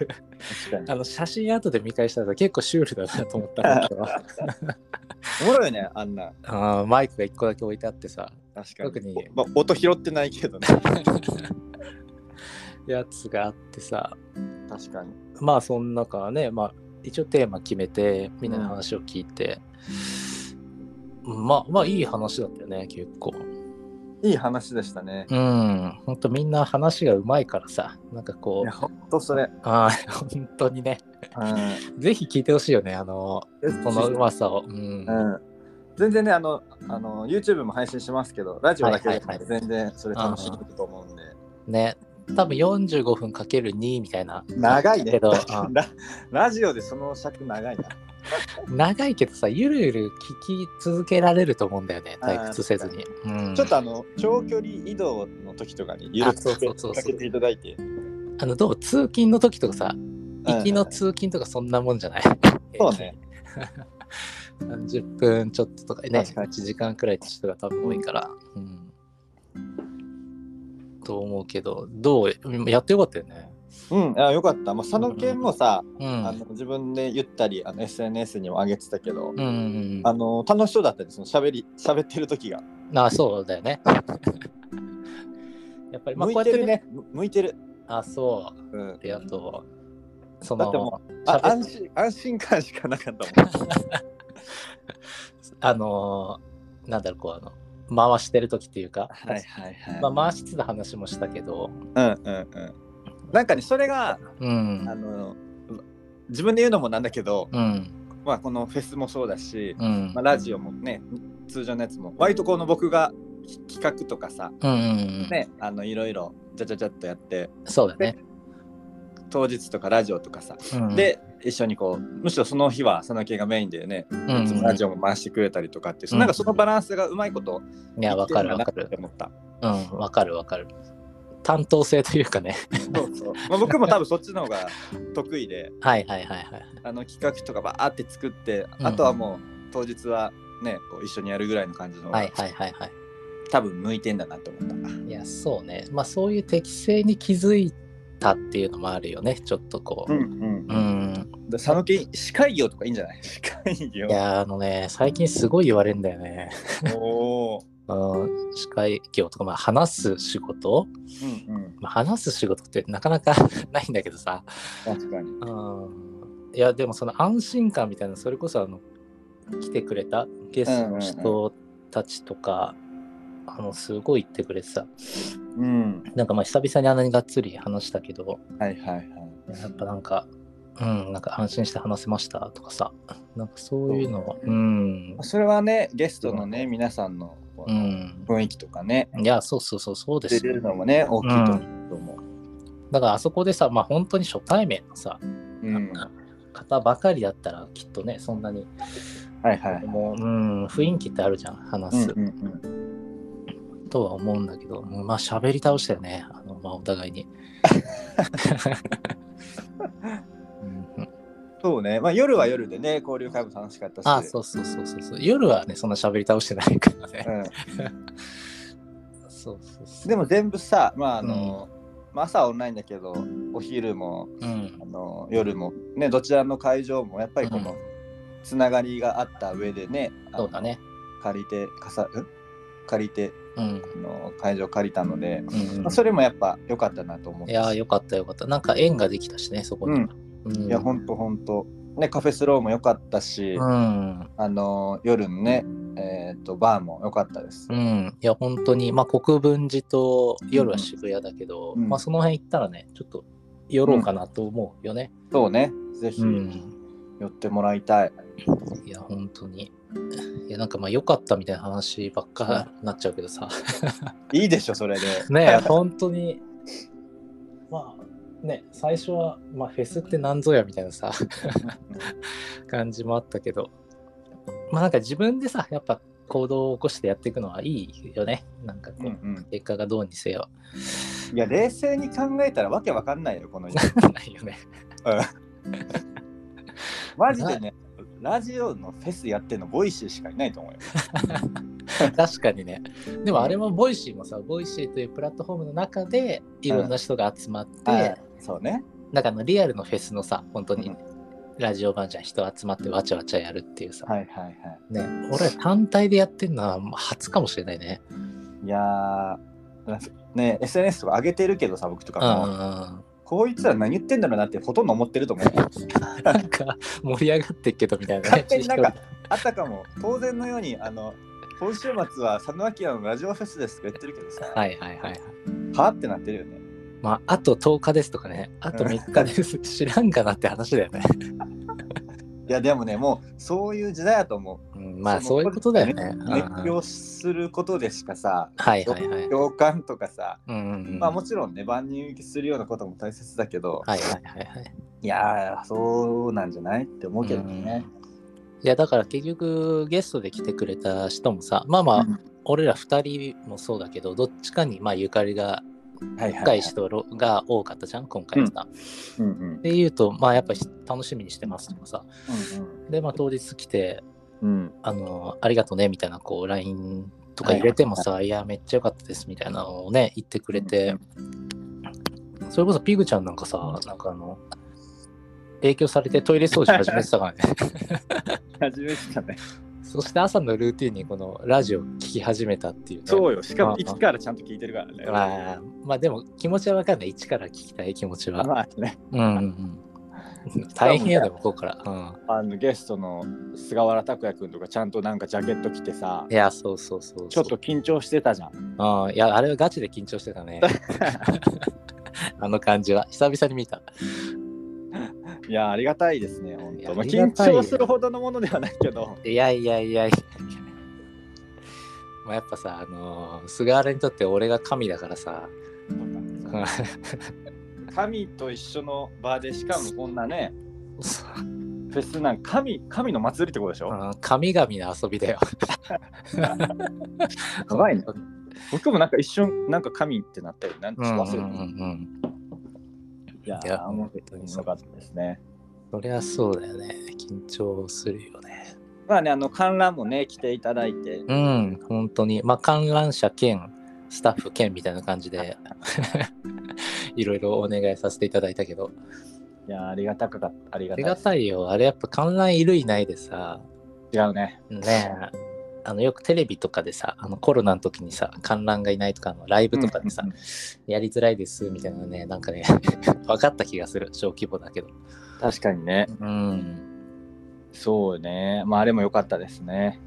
[SPEAKER 1] 確かに。
[SPEAKER 2] あの写真後で見返したら結構シュールだなと思ったんだけ
[SPEAKER 1] <laughs>
[SPEAKER 2] ど
[SPEAKER 1] おもろいよねあんな。
[SPEAKER 2] あーマイクが1個だけ置いてあってさ
[SPEAKER 1] 確かに。
[SPEAKER 2] 特に
[SPEAKER 1] おまあ音拾ってないけどね。
[SPEAKER 2] やつがあってさ
[SPEAKER 1] <laughs> 確かに。
[SPEAKER 2] まあそん中ね、まあ、一応テーマ決めてみんなの話を聞いて、まあまあいい話だったよね結構
[SPEAKER 1] いい話でしたね。
[SPEAKER 2] うんほんとみんな話がうまいからさなんかこ
[SPEAKER 1] いうや、ほんとそれ。
[SPEAKER 2] ああ本当にね
[SPEAKER 1] う
[SPEAKER 2] ぜひ聞いてほしいよねあの
[SPEAKER 1] ん。
[SPEAKER 2] そのうまさをうん、
[SPEAKER 1] うん。全然ね、あの、あの、YouTube も配信しますけど、ラジオだけでも
[SPEAKER 2] はいはいは
[SPEAKER 1] 全然それ楽しめると思うんで。
[SPEAKER 2] ね多分45分かける2みたいな
[SPEAKER 1] 長いね
[SPEAKER 2] け。
[SPEAKER 1] <laughs>
[SPEAKER 2] ど、
[SPEAKER 1] ララジオでその尺長いな。
[SPEAKER 2] うん長いけどさゆるゆる聞き続けられると思うんだよね退屈せずに、うん、
[SPEAKER 1] ちょっとあの、長距離移動の時とかに、ゆる
[SPEAKER 2] あ
[SPEAKER 1] く
[SPEAKER 2] そう
[SPEAKER 1] かけ
[SPEAKER 2] そうそうそう
[SPEAKER 1] かけていただいて。
[SPEAKER 2] あのどう通勤の時とかさ行きの
[SPEAKER 1] うん
[SPEAKER 2] 通勤とかそんなもんじゃない。
[SPEAKER 1] そう
[SPEAKER 2] <laughs>
[SPEAKER 1] ね。
[SPEAKER 2] 30分ちょっととかね、
[SPEAKER 1] 確か
[SPEAKER 2] 1
[SPEAKER 1] に
[SPEAKER 2] 時間くらいって人が多分多いから。うん。と思うけど、どうやってよかったよね。
[SPEAKER 1] うん、あよかった。まあ、佐野健もさ、
[SPEAKER 2] う
[SPEAKER 1] あ
[SPEAKER 2] ん
[SPEAKER 1] の。自分で言ったり、あの SNS にも上げてたけど、
[SPEAKER 2] うん、
[SPEAKER 1] あの楽しそうだったです、喋り <laughs> 喋ってる時が。
[SPEAKER 2] あそうだよね。 <laughs> やっぱり、まあ、
[SPEAKER 1] 向
[SPEAKER 2] こや
[SPEAKER 1] いうて
[SPEAKER 2] って
[SPEAKER 1] る
[SPEAKER 2] ね。
[SPEAKER 1] ね、む向いてる。
[SPEAKER 2] あ、そう。
[SPEAKER 1] うん
[SPEAKER 2] あ、りがとう。そ
[SPEAKER 1] だっても
[SPEAKER 2] の、喋
[SPEAKER 1] あ
[SPEAKER 2] っ
[SPEAKER 1] 安心安心
[SPEAKER 2] <laughs>
[SPEAKER 1] 感しかなかったもん。
[SPEAKER 2] あのーなんだろう、こう、あの、回してる時っていうか、
[SPEAKER 1] はいはい <laughs> はい。
[SPEAKER 2] まあ、回しつつ話もしたけど、
[SPEAKER 1] うんうんうん。なんかね、それが、
[SPEAKER 2] う
[SPEAKER 1] あ
[SPEAKER 2] ん、
[SPEAKER 1] の、自分で言うのもなんだけど、
[SPEAKER 2] うん、
[SPEAKER 1] まあ、このフェスもそうだし、
[SPEAKER 2] うん
[SPEAKER 1] まあ、、ラジオもね、通常のやつも、割とこの僕がき企画とかさ、
[SPEAKER 2] うん、うん、
[SPEAKER 1] ね、あの、いろいろ、じゃじゃじゃっとやって、
[SPEAKER 2] そうだね。
[SPEAKER 1] 当日とかラジオとかさ、
[SPEAKER 2] うん、
[SPEAKER 1] で、一緒にこう、むしろその日は、佐野系がメインでね、
[SPEAKER 2] うん、
[SPEAKER 1] いつもラジオも回してくれたりとかっていう、
[SPEAKER 2] うん
[SPEAKER 1] なんかそのバランスがうまいこと
[SPEAKER 2] いや、わかるわか
[SPEAKER 1] っ
[SPEAKER 2] る
[SPEAKER 1] て。思った。
[SPEAKER 2] うん、わかるわかる。担当性というかね。 <laughs>
[SPEAKER 1] そうそう。まあ、僕も多分そっちの方が得意で、
[SPEAKER 2] はいはいはいはい。
[SPEAKER 1] あの企画とかバーって作って、
[SPEAKER 2] うん
[SPEAKER 1] あとはもう当日はね、こう一緒にやるぐらいの感じの、
[SPEAKER 2] はいはいはいはい。
[SPEAKER 1] 多分向いてんだなと思った。
[SPEAKER 2] いや、そうね。まあ、そういう適性に気づいたっていうのもあるよね。ちょっとこう。
[SPEAKER 1] ん
[SPEAKER 2] うん。
[SPEAKER 1] うん。佐野家司会業とかいいんじゃない司会業
[SPEAKER 2] い。や、あのね、最近すごい言われるんだよね。
[SPEAKER 1] おー
[SPEAKER 2] うん、司会業とか、まあ、話す仕事、
[SPEAKER 1] うんうん。
[SPEAKER 2] まあ、話す仕事ってなかな <laughs> かないんだけどさ。
[SPEAKER 1] 確かに。
[SPEAKER 2] うん。いや、でもその安心感みたいな、それこそあの、来てくれたゲストの人たちとか、あの、すごい言ってくれてさ。
[SPEAKER 1] うん。
[SPEAKER 2] なんかまあ、久々にあんなにがっつり話したけど、
[SPEAKER 1] はいはいはい。
[SPEAKER 2] やっぱなんか、うん、なんか安心して話せましたとかさ、なんかそういうのは、
[SPEAKER 1] そう
[SPEAKER 2] うん、
[SPEAKER 1] ねそれはね、ゲストのね、皆さんのこ
[SPEAKER 2] う
[SPEAKER 1] の
[SPEAKER 2] ん。
[SPEAKER 1] 雰囲気とかね、
[SPEAKER 2] いや、そうそうそう、そうで
[SPEAKER 1] 出
[SPEAKER 2] す
[SPEAKER 1] れる
[SPEAKER 2] よ。
[SPEAKER 1] のもね、大きいと思う。
[SPEAKER 2] だからあそこでさ、まあ本当に初対面のさ、
[SPEAKER 1] うん。は
[SPEAKER 2] 方ばかりだったらきっとね、そんなに、
[SPEAKER 1] いはい。
[SPEAKER 2] もう、うん、雰囲気ってあるじゃん、
[SPEAKER 1] う
[SPEAKER 2] 話
[SPEAKER 1] ん
[SPEAKER 2] す、
[SPEAKER 1] うんうん。
[SPEAKER 2] とは思うんだけど、うんまあ喋り倒したよね、あの、まあお互い
[SPEAKER 1] <laughs>
[SPEAKER 2] に。うん、
[SPEAKER 1] そうね、まあ、夜は夜でね、交流会も楽しかったし。
[SPEAKER 2] あそうそうそうそうそう夜はねそんな喋り倒してないからね、
[SPEAKER 1] う
[SPEAKER 2] そうそうそ
[SPEAKER 1] ん、
[SPEAKER 2] う
[SPEAKER 1] でも全部さ、まああのまあ、朝はオンラインだけど、お昼も
[SPEAKER 2] うん
[SPEAKER 1] あの夜も、ね、どちらの会場もやっぱりこの
[SPEAKER 2] うん
[SPEAKER 1] つながりがあった上でね、あの
[SPEAKER 2] そうだね
[SPEAKER 1] 借りて、かさん借りて
[SPEAKER 2] うん
[SPEAKER 1] あの、会場借りたので、
[SPEAKER 2] うん
[SPEAKER 1] まあ、それもやっぱ良かったなと思って。
[SPEAKER 2] いやーよかったよかった。なんか縁ができたしね、そこに。
[SPEAKER 1] うん
[SPEAKER 2] うん
[SPEAKER 1] いや、ほんとほんと。ね、カフェスローも良かったし、
[SPEAKER 2] うん。
[SPEAKER 1] あの夜のね、えっとバーも良かったです。
[SPEAKER 2] うん。いや、本当に、まあ、国分寺と夜は渋谷だけど、
[SPEAKER 1] うん
[SPEAKER 2] まあ、その辺行ったらね、ちょっと寄ろうかなと思うよね。
[SPEAKER 1] そうね、ぜひ
[SPEAKER 2] うん。
[SPEAKER 1] 寄ってもらいたい。
[SPEAKER 2] いや、本当に。いや、なんかまあ、良かったみたいな話ばっかになっちゃうけどさ。
[SPEAKER 1] いいでしょ、それで。
[SPEAKER 2] ねえ、本当に。まあ、ね、最初は、まあ、フェスって何ぞやみたいなさ。感じもあったけど、まあなんか自分でさ、やっぱ行動を起こしてやっていくのはいいよね。なんかこ
[SPEAKER 1] うん
[SPEAKER 2] う、
[SPEAKER 1] うん、
[SPEAKER 2] 結果がどうにせよ。
[SPEAKER 1] いや冷静に考えたらわけわかんないよ
[SPEAKER 2] <laughs>
[SPEAKER 1] この人
[SPEAKER 2] ないよね。
[SPEAKER 1] マジでねラジオのフェスやってんのボイシーしかいないと思うよ
[SPEAKER 2] 確かにね。でもあれもボイシーもさ、ボイシーというプラットフォームの中でいろんな人が集まって、
[SPEAKER 1] うんそうね
[SPEAKER 2] なんかあのリアルのフェスのさ、本当に
[SPEAKER 1] うん
[SPEAKER 2] ラジオ版じゃん人集まってわちゃわちゃやるっていうさ、
[SPEAKER 1] はいはいは
[SPEAKER 2] ね、俺ら単体でやってんのは初かもしれないね。
[SPEAKER 1] いいやーなんかね SNS とか上げてるけどさ僕と
[SPEAKER 2] う
[SPEAKER 1] か
[SPEAKER 2] ん。
[SPEAKER 1] も、
[SPEAKER 2] な
[SPEAKER 1] こいつら何言ってんだろうなってほとんど思ってる
[SPEAKER 2] <laughs>
[SPEAKER 1] と思う
[SPEAKER 2] んか盛り上がってっけどみたいなね。
[SPEAKER 1] 勝手になんかあたかも当然のようにあの今週末は佐野明のラジオフェスですって言ってるけどさは
[SPEAKER 2] はいはいはいはい。
[SPEAKER 1] あってなってるよね
[SPEAKER 2] まあ、あと10日ですとかね、あと3日です、知らんかなって話だよね。
[SPEAKER 1] いやでもねもうそういう時代やと思う
[SPEAKER 2] うんまあ、
[SPEAKER 1] そ
[SPEAKER 2] そう
[SPEAKER 1] の
[SPEAKER 2] いうことだよね。うん
[SPEAKER 1] 熱狂することでしかさ
[SPEAKER 2] はいはいはい。
[SPEAKER 1] 共感とかさ
[SPEAKER 2] うんうんうん
[SPEAKER 1] まあもちろんね万人受けするようなことも大切だけど、
[SPEAKER 2] はいはいはいはい。
[SPEAKER 1] い、やーそうなんじゃないって思うけどね。
[SPEAKER 2] いや、だから結局、ゲストで来てくれた人もさ、まあまあ、
[SPEAKER 1] うん
[SPEAKER 2] 俺ら2人もそうだけど、どっちかにまあゆかりが
[SPEAKER 1] はいはいは
[SPEAKER 2] 深
[SPEAKER 1] い
[SPEAKER 2] い人が多かったじゃん、今回さ。
[SPEAKER 1] うんうん
[SPEAKER 2] で言うと、まあやっぱり楽しみにしてますとかさ。
[SPEAKER 1] うん
[SPEAKER 2] で、まあ当日来て、
[SPEAKER 1] うん
[SPEAKER 2] あの、ありがとうねみたいな、こう、LINE とか入れてもさ、いや、めっちゃ良かったですみたいなのをね、言ってくれて、それこそピグちゃんなんかさ、なんかあの、影響されてトイレ掃除始めてたからね。
[SPEAKER 1] 初めてだね。
[SPEAKER 2] そして朝のルーティンにこのラジオ聞き始めたっていう、ね。
[SPEAKER 1] そうよ。しか
[SPEAKER 2] ま
[SPEAKER 1] も
[SPEAKER 2] あまあ
[SPEAKER 1] 一からちゃんと聞いてるからね。
[SPEAKER 2] まあ、まあでも気持ちはわかんない。一から聞きたい気持ちは。
[SPEAKER 1] まあね。
[SPEAKER 2] うんうんうん。大変やで、向こうから。う
[SPEAKER 1] あのゲストの菅原拓也君とかちゃんとなんかジャケット着てさ
[SPEAKER 2] ん。いや、そうそうそうそう。
[SPEAKER 1] ちょっと緊張してたじゃん
[SPEAKER 2] うん、いや、あれはガチで緊張してた
[SPEAKER 1] <laughs>
[SPEAKER 2] ね。あの感じは。久々に見た。
[SPEAKER 1] いやありがたいですね本
[SPEAKER 2] い
[SPEAKER 1] 当
[SPEAKER 2] や
[SPEAKER 1] まあ
[SPEAKER 2] ありが
[SPEAKER 1] 緊
[SPEAKER 2] たいよ
[SPEAKER 1] 張するほどのものではないけど
[SPEAKER 2] いやいやいやいや。まあやっぱさ、あのー菅原にとって俺が神だからさ、うん
[SPEAKER 1] 神と一緒の場でしかもこんなね
[SPEAKER 2] そう <laughs>
[SPEAKER 1] フェスなんか神神の祭りってことでしょ、
[SPEAKER 2] うん神々の遊びだ
[SPEAKER 1] <laughs>
[SPEAKER 2] よ。
[SPEAKER 1] やばいね僕もなんか一瞬なんか神ってなったよなんか
[SPEAKER 2] うんうん
[SPEAKER 1] 忘
[SPEAKER 2] う
[SPEAKER 1] れ
[SPEAKER 2] ん
[SPEAKER 1] て、
[SPEAKER 2] うん。
[SPEAKER 1] いや
[SPEAKER 2] いや
[SPEAKER 1] ー面白かったですね
[SPEAKER 2] そりゃそうだよね。緊張するよね。
[SPEAKER 1] まあねあの観覧もね来ていただいて
[SPEAKER 2] うん、本当に。まあ、観覧者兼スタッフ兼みたいな感じで、 <laughs> いろいろお願いさせていただいたけど、
[SPEAKER 1] いやーありがたかったあり
[SPEAKER 2] あ
[SPEAKER 1] が
[SPEAKER 2] り
[SPEAKER 1] たい
[SPEAKER 2] が
[SPEAKER 1] です
[SPEAKER 2] たいよ。あれやっぱ観覧いるいないでさ、
[SPEAKER 1] 違うね
[SPEAKER 2] ねえあのよくテレビとかでさあのコロナの時にさ観覧がいないとかあのライブとかでさ、
[SPEAKER 1] うんうん
[SPEAKER 2] やりづらいですみたいなのねなんかね <laughs> 分かった気がする小規模だけど
[SPEAKER 1] 確かにね
[SPEAKER 2] うん
[SPEAKER 1] そうねまああれも良かったですね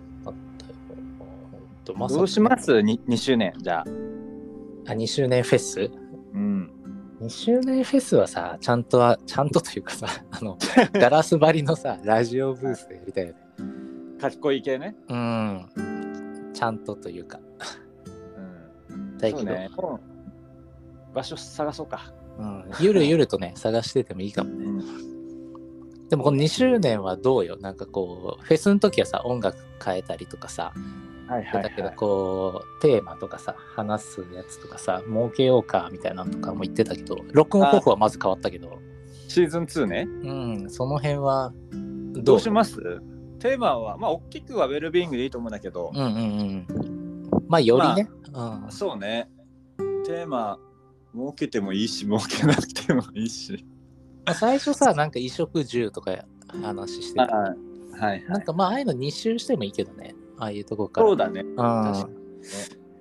[SPEAKER 2] ど
[SPEAKER 1] どうしますに 2, 周年じゃあ
[SPEAKER 2] あ2周年フェス
[SPEAKER 1] うん
[SPEAKER 2] 2周年フェスはさちゃんとはちゃんとというかさ <laughs> あ
[SPEAKER 1] <laughs>
[SPEAKER 2] のガラス張りのさラジオブースでやりたいよね
[SPEAKER 1] かっこいい系ね
[SPEAKER 2] うんちゃんとというか
[SPEAKER 1] うん
[SPEAKER 2] だけ
[SPEAKER 1] そ
[SPEAKER 2] ど
[SPEAKER 1] うねもう場所探そうか、
[SPEAKER 2] うん、ゆるゆると
[SPEAKER 1] <laughs>
[SPEAKER 2] ね探しててもいいかもね
[SPEAKER 1] うん、
[SPEAKER 2] でもこの2周年はどうよなんかこうフェスの時はさ音楽変えたりとかさ、
[SPEAKER 1] はいはい、
[SPEAKER 2] だけど
[SPEAKER 1] はい、
[SPEAKER 2] こうテーマとかさ話すやつとかさ儲けようかみたいなのとかも言ってたけど録音方法はまず変わったけど
[SPEAKER 1] シーズン2ね
[SPEAKER 2] うんその辺はどう
[SPEAKER 1] どうしますテーマはまあ大きくはウェルビーイングでいいと思うんだけど、
[SPEAKER 2] うんうんうんまあよりね、うん
[SPEAKER 1] そうねテーマ設けてもいいし設けなくてもい
[SPEAKER 2] <laughs>
[SPEAKER 1] いし
[SPEAKER 2] まあ最初さなんか衣食住とか話してた
[SPEAKER 1] はいはい
[SPEAKER 2] なんかまあああいうの2周してもいいけどねああいうとこから
[SPEAKER 1] そうだね確か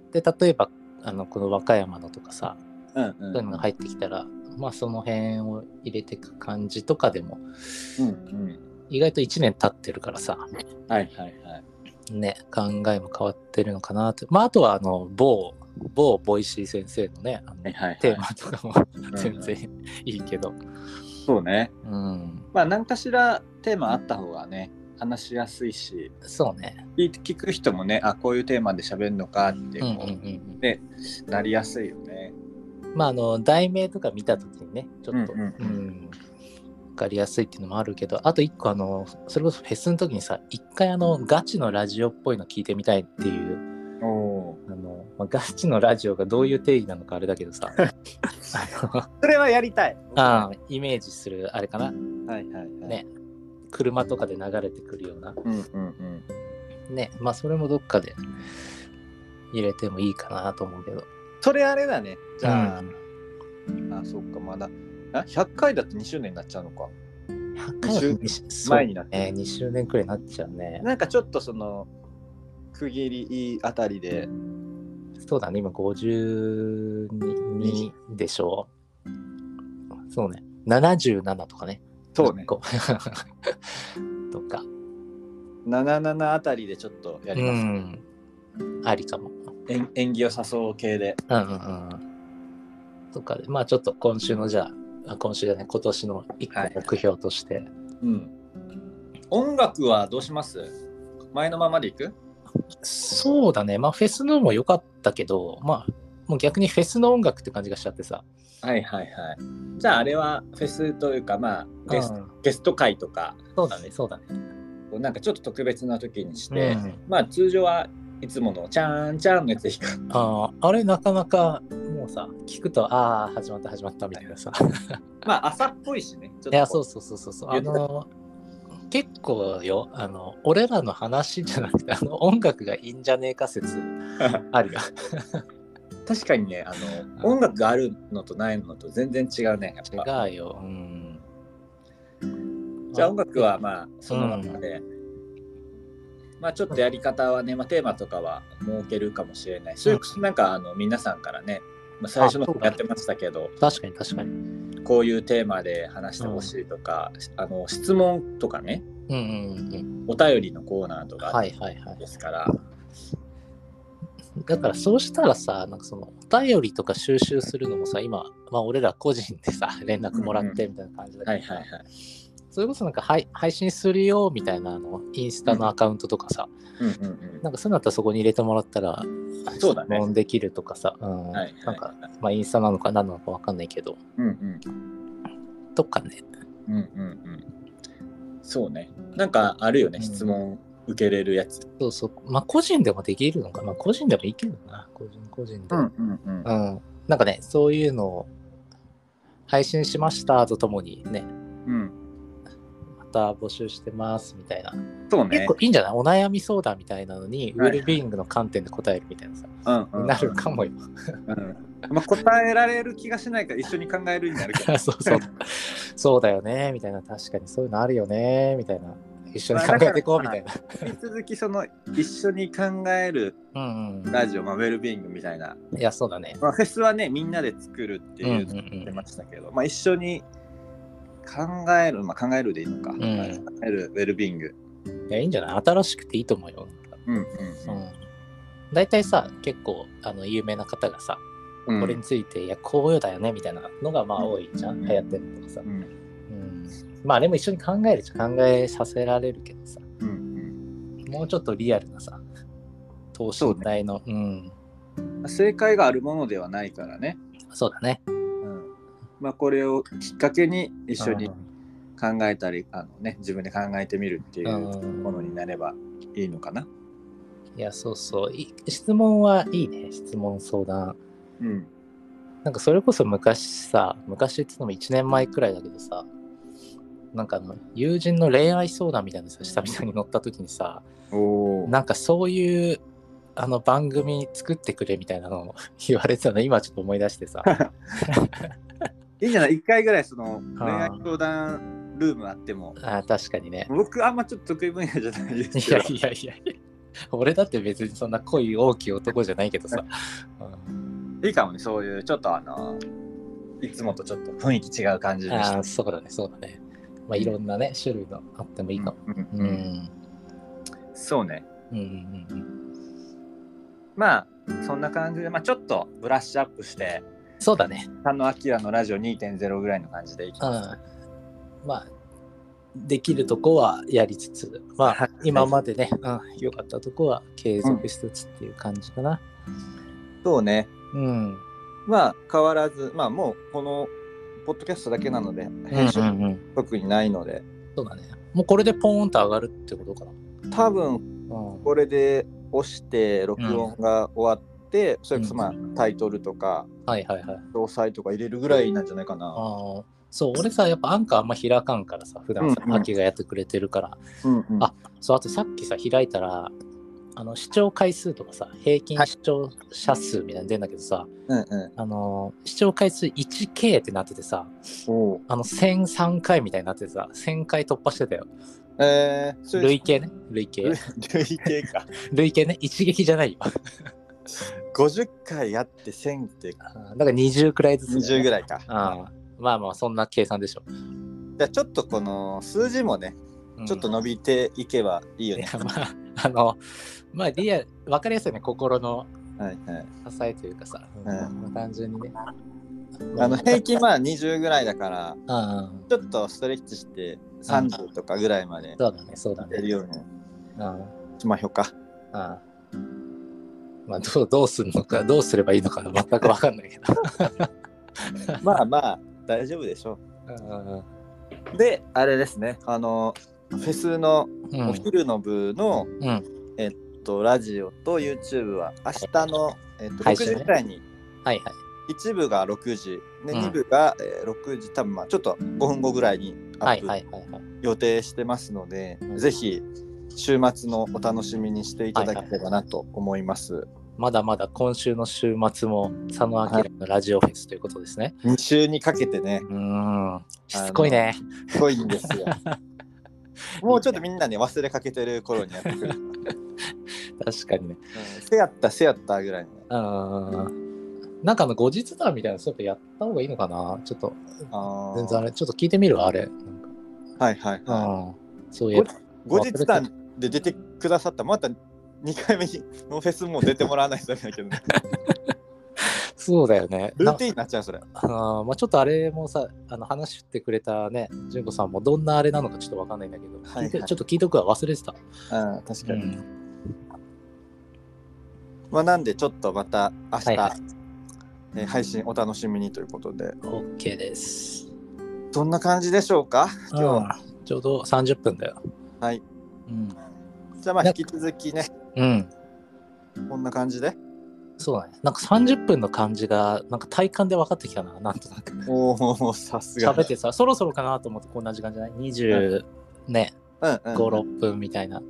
[SPEAKER 2] うんで例えばあのこの和歌山のとかさ
[SPEAKER 1] うんうん
[SPEAKER 2] そういうのが入ってきたら、まあその辺を入れていく感じとかでも、
[SPEAKER 1] うんうん
[SPEAKER 2] 意外と1年経ってるからさ、
[SPEAKER 1] はいはいはい
[SPEAKER 2] ね、考えも変わってるのかなと。まああとはあの、某、某ボイシー先生のね、あの
[SPEAKER 1] はいはいはい
[SPEAKER 2] テーマとかも全然いいけど、
[SPEAKER 1] そうね
[SPEAKER 2] うん、
[SPEAKER 1] まあ何かしらテーマあった方がね話しやすいし
[SPEAKER 2] そうね。
[SPEAKER 1] 聞聞く人もねあこういうテーマで喋るのかって
[SPEAKER 2] うんうん
[SPEAKER 1] こ
[SPEAKER 2] うん
[SPEAKER 1] う、
[SPEAKER 2] うん
[SPEAKER 1] ねなりやすいよね
[SPEAKER 2] まああの、題名とか見た時にね、ちょっと、
[SPEAKER 1] う
[SPEAKER 2] うんん
[SPEAKER 1] うん
[SPEAKER 2] 分かりやすいっていうのもあるけど、あと一個あの、それこそフェスの時にさ、一回あの、ガチのラジオっぽいの聞いてみたいっていう
[SPEAKER 1] おお
[SPEAKER 2] あの、まあ、ガチのラジオがどういう定義なのかあれだけど <laughs> さあ
[SPEAKER 1] それはやりたい
[SPEAKER 2] のあーイメージするあれかな
[SPEAKER 1] はいはいはい
[SPEAKER 2] ね車とかで流れてくるような
[SPEAKER 1] うんうんうん
[SPEAKER 2] ねまあそれもどっかで入れてもいいかなと思うけど
[SPEAKER 1] それあれだねじゃあ、
[SPEAKER 2] うん
[SPEAKER 1] あそっかまだあ100回だって2周年になっちゃうのか
[SPEAKER 2] 100回は
[SPEAKER 1] 周
[SPEAKER 2] にし
[SPEAKER 1] 前になって
[SPEAKER 2] そうね2周年くらいになっちゃうね
[SPEAKER 1] なんかちょっとその区切りいいあたりで
[SPEAKER 2] そうだね今52でしょうそうね77とかね
[SPEAKER 1] そうね
[SPEAKER 2] こ <laughs> とか
[SPEAKER 1] 77あたりでちょっとやり
[SPEAKER 2] う
[SPEAKER 1] ます、
[SPEAKER 2] んありかも
[SPEAKER 1] 演演技を誘う系で
[SPEAKER 2] うんうんうん。とかで、まあちょっと今週のじゃあ、あ今週じゃない、今年の一個
[SPEAKER 1] はい
[SPEAKER 2] 目標として、
[SPEAKER 1] うん音楽はどうします前のままでいく
[SPEAKER 2] そうだね、まあフェスのも良かったけど、まあもう逆にフェスの音楽って感じがしちゃってさ、
[SPEAKER 1] はいはいはいじゃああれはフェスというかまあゲス,、
[SPEAKER 2] うん
[SPEAKER 1] ゲスト会とか
[SPEAKER 2] そうだね、そうだね。
[SPEAKER 1] なんかちょっと特別な時にして、
[SPEAKER 2] うん
[SPEAKER 1] まあ通常はいつものチャーンチャーンのやつで弾く
[SPEAKER 2] あーあれ、なかなかもうさ、聞くと、ああ、始まった、始まったみたいなさ。
[SPEAKER 1] <laughs> まあ朝っぽいしねちょっと
[SPEAKER 2] いや、
[SPEAKER 1] <laughs>
[SPEAKER 2] そうそうそうそうそう。あ
[SPEAKER 1] 言ってた
[SPEAKER 2] の結構よ、あの、俺らの話じゃなくて、あの、音楽がいいんじゃねえか説あるよ。
[SPEAKER 1] 確かにねあの音楽があるのとないのと全然違うねやっ <laughs> ぱ
[SPEAKER 2] 違うよ。うん。
[SPEAKER 1] じゃあ音楽はまあそのままで、まあちょっとやり方はね、まあ、テーマとかは設けるかもしれないし、それこそなんかあの皆さんからね、まあ、最初の
[SPEAKER 2] あそう
[SPEAKER 1] 方
[SPEAKER 2] だね
[SPEAKER 1] やってましたけど
[SPEAKER 2] 確かに確かに。
[SPEAKER 1] こういうテーマで話してほしいとか、あの質問とかね
[SPEAKER 2] うんうんうん。
[SPEAKER 1] お便りのコーナーとかあ
[SPEAKER 2] は
[SPEAKER 1] る
[SPEAKER 2] いはいはい
[SPEAKER 1] ん。ですから、
[SPEAKER 2] だからそうしたらさ、なんかそのお便りとか収集するのもさ、今、まあ俺ら個人でさ、連絡もらってみたいな感じだけ
[SPEAKER 1] は
[SPEAKER 2] ど
[SPEAKER 1] い
[SPEAKER 2] さ、
[SPEAKER 1] はいはい。
[SPEAKER 2] それこそなんか配配信するよみたいなあの、インスタのアカウントとかさ、
[SPEAKER 1] うんうん
[SPEAKER 2] なんかそういうのだったらそこに入れてもらったら、
[SPEAKER 1] そうだね
[SPEAKER 2] 質問できるとかさ、うん
[SPEAKER 1] うん。はい
[SPEAKER 2] な
[SPEAKER 1] は
[SPEAKER 2] ん
[SPEAKER 1] い
[SPEAKER 2] か
[SPEAKER 1] は、
[SPEAKER 2] まあインスタなのか何なのかわかんないけど、
[SPEAKER 1] い。うんうん
[SPEAKER 2] とかね。
[SPEAKER 1] うんうんうん。そうね。なんかあるよね、
[SPEAKER 2] うん
[SPEAKER 1] 質問受けれるやつ。
[SPEAKER 2] そうそう。まあ個人でもできるのかな。個人でもいいけどな。個人個人で。
[SPEAKER 1] うんうん
[SPEAKER 2] うん、なんかね、そういうのを配信しましたとともにね、
[SPEAKER 1] うん。
[SPEAKER 2] また募集してますみたいな。
[SPEAKER 1] そうね
[SPEAKER 2] 結。構いいんじゃないお悩み相談みたいなのに、
[SPEAKER 1] は
[SPEAKER 2] ウ
[SPEAKER 1] い
[SPEAKER 2] ェルビーイングの観点で答えるみたいなさ、
[SPEAKER 1] うんうんうん
[SPEAKER 2] なるかもよ。
[SPEAKER 1] うんまあ、答えられる気がしないから一緒に考えるようになる <laughs> けど。
[SPEAKER 2] <laughs> そうそう。そうだよね、みたいな。確かにそういうのあるよね、みたいな。一緒に考えていこうみたいな。
[SPEAKER 1] 引き続きその一緒に考える
[SPEAKER 2] うんうん。
[SPEAKER 1] ラジオ、まあ、ウェルビーイングみたいな、
[SPEAKER 2] いや、そうだね。
[SPEAKER 1] まあ、フェスはねみんなで作るって
[SPEAKER 2] うんう
[SPEAKER 1] い
[SPEAKER 2] ん
[SPEAKER 1] うのをやってましたけど、まあ、一緒に考える、まあ、考えるでいいのか、
[SPEAKER 2] ん
[SPEAKER 1] 考えるウェルビーイング、
[SPEAKER 2] うん。いや、いいんじゃない新しくていいと思うよ。
[SPEAKER 1] うんうん
[SPEAKER 2] う
[SPEAKER 1] うん
[SPEAKER 2] ん。大体さ、結構、あの、有名な方がさ、
[SPEAKER 1] うん
[SPEAKER 2] これについて、いや、こうよだよね、みたいなのが、まあ、多いじゃん。
[SPEAKER 1] うん
[SPEAKER 2] 流行ってるのとかさ
[SPEAKER 1] う。ん
[SPEAKER 2] うんまあでも一緒に考えるし考えさせられるけどさ
[SPEAKER 1] うんうん
[SPEAKER 2] もうちょっとリアルなさ等身大のう,、ん
[SPEAKER 1] まあ正解があるものではないからね、
[SPEAKER 2] そうだね
[SPEAKER 1] うんまあ、これをきっかけに一緒に
[SPEAKER 2] うん
[SPEAKER 1] 考えたり、あのね、自分で考えてみるっていうものになればいいのかな。
[SPEAKER 2] いやそうそうい質問はいいね質問相談
[SPEAKER 1] うん
[SPEAKER 2] なんかそれこそ昔さ昔って言っても1年前くらいだけどさなんかあの友人の恋愛相談みたいなのさ久々に乗った時にさ
[SPEAKER 1] おー
[SPEAKER 2] なんかそういうあの番組作ってくれみたいなのを <laughs> 言われてたの今ちょっと思い出して <laughs> さ
[SPEAKER 1] いいんじゃない ?1 回ぐらいその恋愛相談ルームあっても。
[SPEAKER 2] あー確かにね
[SPEAKER 1] 僕あんまちょっと得意分野じゃないです
[SPEAKER 2] い
[SPEAKER 1] け
[SPEAKER 2] や
[SPEAKER 1] ど。
[SPEAKER 2] いやいやいや俺だって別にそんな恋大きい男じゃないけどさ、うん
[SPEAKER 1] いいかもね、そういうちょっとあの、いつもとちょっと雰囲気違う感じでし
[SPEAKER 2] あ
[SPEAKER 1] た
[SPEAKER 2] あ。そうだねそうだねまあいろんなね種類のあってもいいかも
[SPEAKER 1] うん
[SPEAKER 2] う
[SPEAKER 1] うん
[SPEAKER 2] んう
[SPEAKER 1] うん
[SPEAKER 2] ん
[SPEAKER 1] そうね。
[SPEAKER 2] うんうん
[SPEAKER 1] まあそんな感じで、まあ、ちょっとブラッシュアップして、
[SPEAKER 2] そうだね
[SPEAKER 1] 佐野明のラジオ2.0ぐらいの感じでいき
[SPEAKER 2] う
[SPEAKER 1] ます。
[SPEAKER 2] んまあできるとこはやりつつま
[SPEAKER 1] は
[SPEAKER 2] あ
[SPEAKER 1] い
[SPEAKER 2] 今までね良、うん、良かったとこは継続しつつっていう感じかな
[SPEAKER 1] そうね。
[SPEAKER 2] うん、うん
[SPEAKER 1] まあ変わらず、まあもうこのポッドキャストだけなので、
[SPEAKER 2] うん
[SPEAKER 1] 編集
[SPEAKER 2] うん
[SPEAKER 1] 特にないので、
[SPEAKER 2] そうだねもうこれでポーンと上がるってことかな、
[SPEAKER 1] 多分
[SPEAKER 2] うん、
[SPEAKER 1] これで押して録音が終わって、それこそまあタイトルとか
[SPEAKER 2] はいはいはい
[SPEAKER 1] 詳細とか入れるぐらいなんじゃないかな。
[SPEAKER 2] ああ、そう、俺さ、やっぱアンカーあんま開かんからさ、普段さ
[SPEAKER 1] う、んうん
[SPEAKER 2] マキがやってくれてるから。
[SPEAKER 1] うんうん
[SPEAKER 2] あそう、あとさっきさ、開いたら、あの、視聴回数とかさ、平均視聴者数みたいなの出んだけどさ、
[SPEAKER 1] うんうん。
[SPEAKER 2] あのー、視聴回数 1K ってなっててさ、
[SPEAKER 1] おう
[SPEAKER 2] あの、1003回みたいになっててさ、1000回突破してたよ。
[SPEAKER 1] えー、それ
[SPEAKER 2] 累計ね、累
[SPEAKER 1] <laughs>
[SPEAKER 2] 計。
[SPEAKER 1] 累計か。
[SPEAKER 2] 累計ね、一撃じゃないよ。 <laughs> あ
[SPEAKER 1] 50回やって1000っ
[SPEAKER 2] ー
[SPEAKER 1] て
[SPEAKER 2] だから20くらいずつ、
[SPEAKER 1] 20ぐ
[SPEAKER 2] らい。
[SPEAKER 1] らいか。
[SPEAKER 2] ああ、まあまあ、そんな計算でしょ。
[SPEAKER 1] じゃあちょっとこの数字もね、
[SPEAKER 2] うん
[SPEAKER 1] ちょっと伸びていけばいいよ
[SPEAKER 2] い
[SPEAKER 1] ね
[SPEAKER 2] や。まあ、あの、まあ、リアル、わかりやすいね、心の
[SPEAKER 1] はいはい。
[SPEAKER 2] 支えというかさ、
[SPEAKER 1] う
[SPEAKER 2] 単純にね。
[SPEAKER 1] あの平均まあ20ぐらいだから、
[SPEAKER 2] うん、
[SPEAKER 1] ちょっとストレッチして30とかぐらいまで
[SPEAKER 2] そうだね、そうだ
[SPEAKER 1] やる
[SPEAKER 2] ね。
[SPEAKER 1] ように
[SPEAKER 2] うん、うん
[SPEAKER 1] しましょ
[SPEAKER 2] <laughs>
[SPEAKER 1] うか。
[SPEAKER 2] まあ、どう、どうするのか、どうすればいいのか、全くわかんないけど。
[SPEAKER 1] まあまあ、大丈夫でしょ
[SPEAKER 2] うん、
[SPEAKER 1] う。で、あれですね、あの、フェスの
[SPEAKER 2] う
[SPEAKER 1] お昼の部の、
[SPEAKER 2] うん
[SPEAKER 1] えっと、ラジオと YouTube は明日の、えっと、6
[SPEAKER 2] 配信ね
[SPEAKER 1] 時ぐらいに、
[SPEAKER 2] はいはい。
[SPEAKER 1] 一部が6時、で、
[SPEAKER 2] うん
[SPEAKER 1] 2部が、えー6時、多分まあちょっと5分後ぐらいにア
[SPEAKER 2] は
[SPEAKER 1] ッ
[SPEAKER 2] いはい
[SPEAKER 1] プ
[SPEAKER 2] はいはい。
[SPEAKER 1] 予定してますので、
[SPEAKER 2] うん
[SPEAKER 1] ぜひ週末のお楽しみにしていただければなと思います。
[SPEAKER 2] まだまだ今週の週末も佐野明のラジオフェスということですね。
[SPEAKER 1] 2週にかけてね、
[SPEAKER 2] うん、しつこいね。
[SPEAKER 1] すごいんです
[SPEAKER 2] <laughs>
[SPEAKER 1] よ。もうちょっとみんなね、忘れかけてる頃にやってくる。
[SPEAKER 2] 確かにね。
[SPEAKER 1] うんせやったせやったぐらいのね
[SPEAKER 2] うん。なんかあの後日談みたいな、そういうのやった方がいいのかなちょっと、
[SPEAKER 1] あー
[SPEAKER 2] 全然あれ、ちょっと聞いてみるわあれ。なんか
[SPEAKER 1] はいはいは
[SPEAKER 2] うんそういえば。
[SPEAKER 1] い。後日談で出てくださった、また2回目にノーフェスもう出てもらわないとダメだけど、ね、
[SPEAKER 2] そうだよね。
[SPEAKER 1] ル
[SPEAKER 2] <laughs>
[SPEAKER 1] ー
[SPEAKER 2] な
[SPEAKER 1] ティンになっちゃう、それ。
[SPEAKER 2] あーまあ、ちょっとあれもさ、あの話してくれたね、純子さんもどんなあれなのかちょっとわかんないんだけど、
[SPEAKER 1] はいはい
[SPEAKER 2] 聞いてちょっと聞いとくわ、忘れてた。
[SPEAKER 1] うん、確か
[SPEAKER 2] う
[SPEAKER 1] に。
[SPEAKER 2] ん
[SPEAKER 1] まあ、なんで、ちょっとまた明日、
[SPEAKER 2] はいはい
[SPEAKER 1] えー配信お楽しみにということで、
[SPEAKER 2] OK です。
[SPEAKER 1] どんな感じでしょうか今日は
[SPEAKER 2] うんちょうど30分だよ。
[SPEAKER 1] はい。
[SPEAKER 2] うん。
[SPEAKER 1] じゃあまあ
[SPEAKER 2] な
[SPEAKER 1] 引
[SPEAKER 2] んか
[SPEAKER 1] き続きね、
[SPEAKER 2] うん。
[SPEAKER 1] こんな感じで。
[SPEAKER 2] そうだね。なんか30分の感じが、なんか体感で分かってきたな、なんとな
[SPEAKER 1] <laughs>
[SPEAKER 2] く。
[SPEAKER 1] おお、さすが。
[SPEAKER 2] 喋ってさ、そろそろかなと思ってこんな時間じゃない ?20、ね、
[SPEAKER 1] うん
[SPEAKER 2] 5、
[SPEAKER 1] うん。
[SPEAKER 2] 6分みたいな。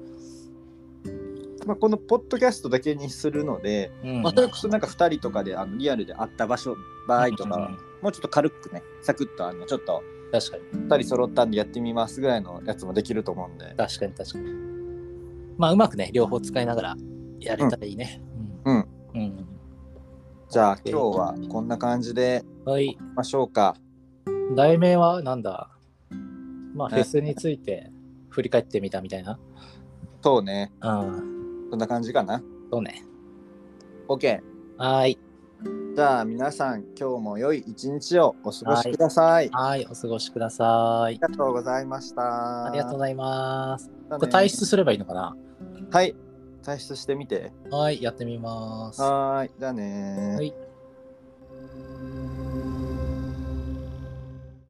[SPEAKER 1] まあ、このポッドキャストだけにするので、
[SPEAKER 2] うん
[SPEAKER 1] まあ、それこそなんか2人とかであのリアルで会った場所、場合とかは、もうちょっと軽くね、サクッとあのちょっと
[SPEAKER 2] うん確かに、
[SPEAKER 1] 2人揃ったんでやってみますぐらいのやつもできると思うんで、
[SPEAKER 2] 確かに、確かに。まあ、うまくね、両方使いながらやれたらいいね。
[SPEAKER 1] うん。
[SPEAKER 2] うん。うん
[SPEAKER 1] じゃあ今日はこんな感じで
[SPEAKER 2] はい。
[SPEAKER 1] いきましょうか。
[SPEAKER 2] 題名はなんだまあ、フ
[SPEAKER 1] ね
[SPEAKER 2] ェスについて振り返ってみたみたいな。
[SPEAKER 1] そうね、
[SPEAKER 2] うん。
[SPEAKER 1] こんな感じかな。
[SPEAKER 2] そうね。
[SPEAKER 1] OK。
[SPEAKER 2] はーい。
[SPEAKER 1] じゃあ皆さん、今日も良い一日をお過ごしください。あ
[SPEAKER 2] はーい。お過ごしください。
[SPEAKER 1] りがとうございました。
[SPEAKER 2] ありがとうご
[SPEAKER 1] ま
[SPEAKER 2] ざいます。
[SPEAKER 1] した
[SPEAKER 2] こ
[SPEAKER 1] ね
[SPEAKER 2] れ退出すればいいのかな
[SPEAKER 1] はい。退出してみて。
[SPEAKER 2] はい。やってみます。
[SPEAKER 1] はーい。じゃあねー
[SPEAKER 2] はい。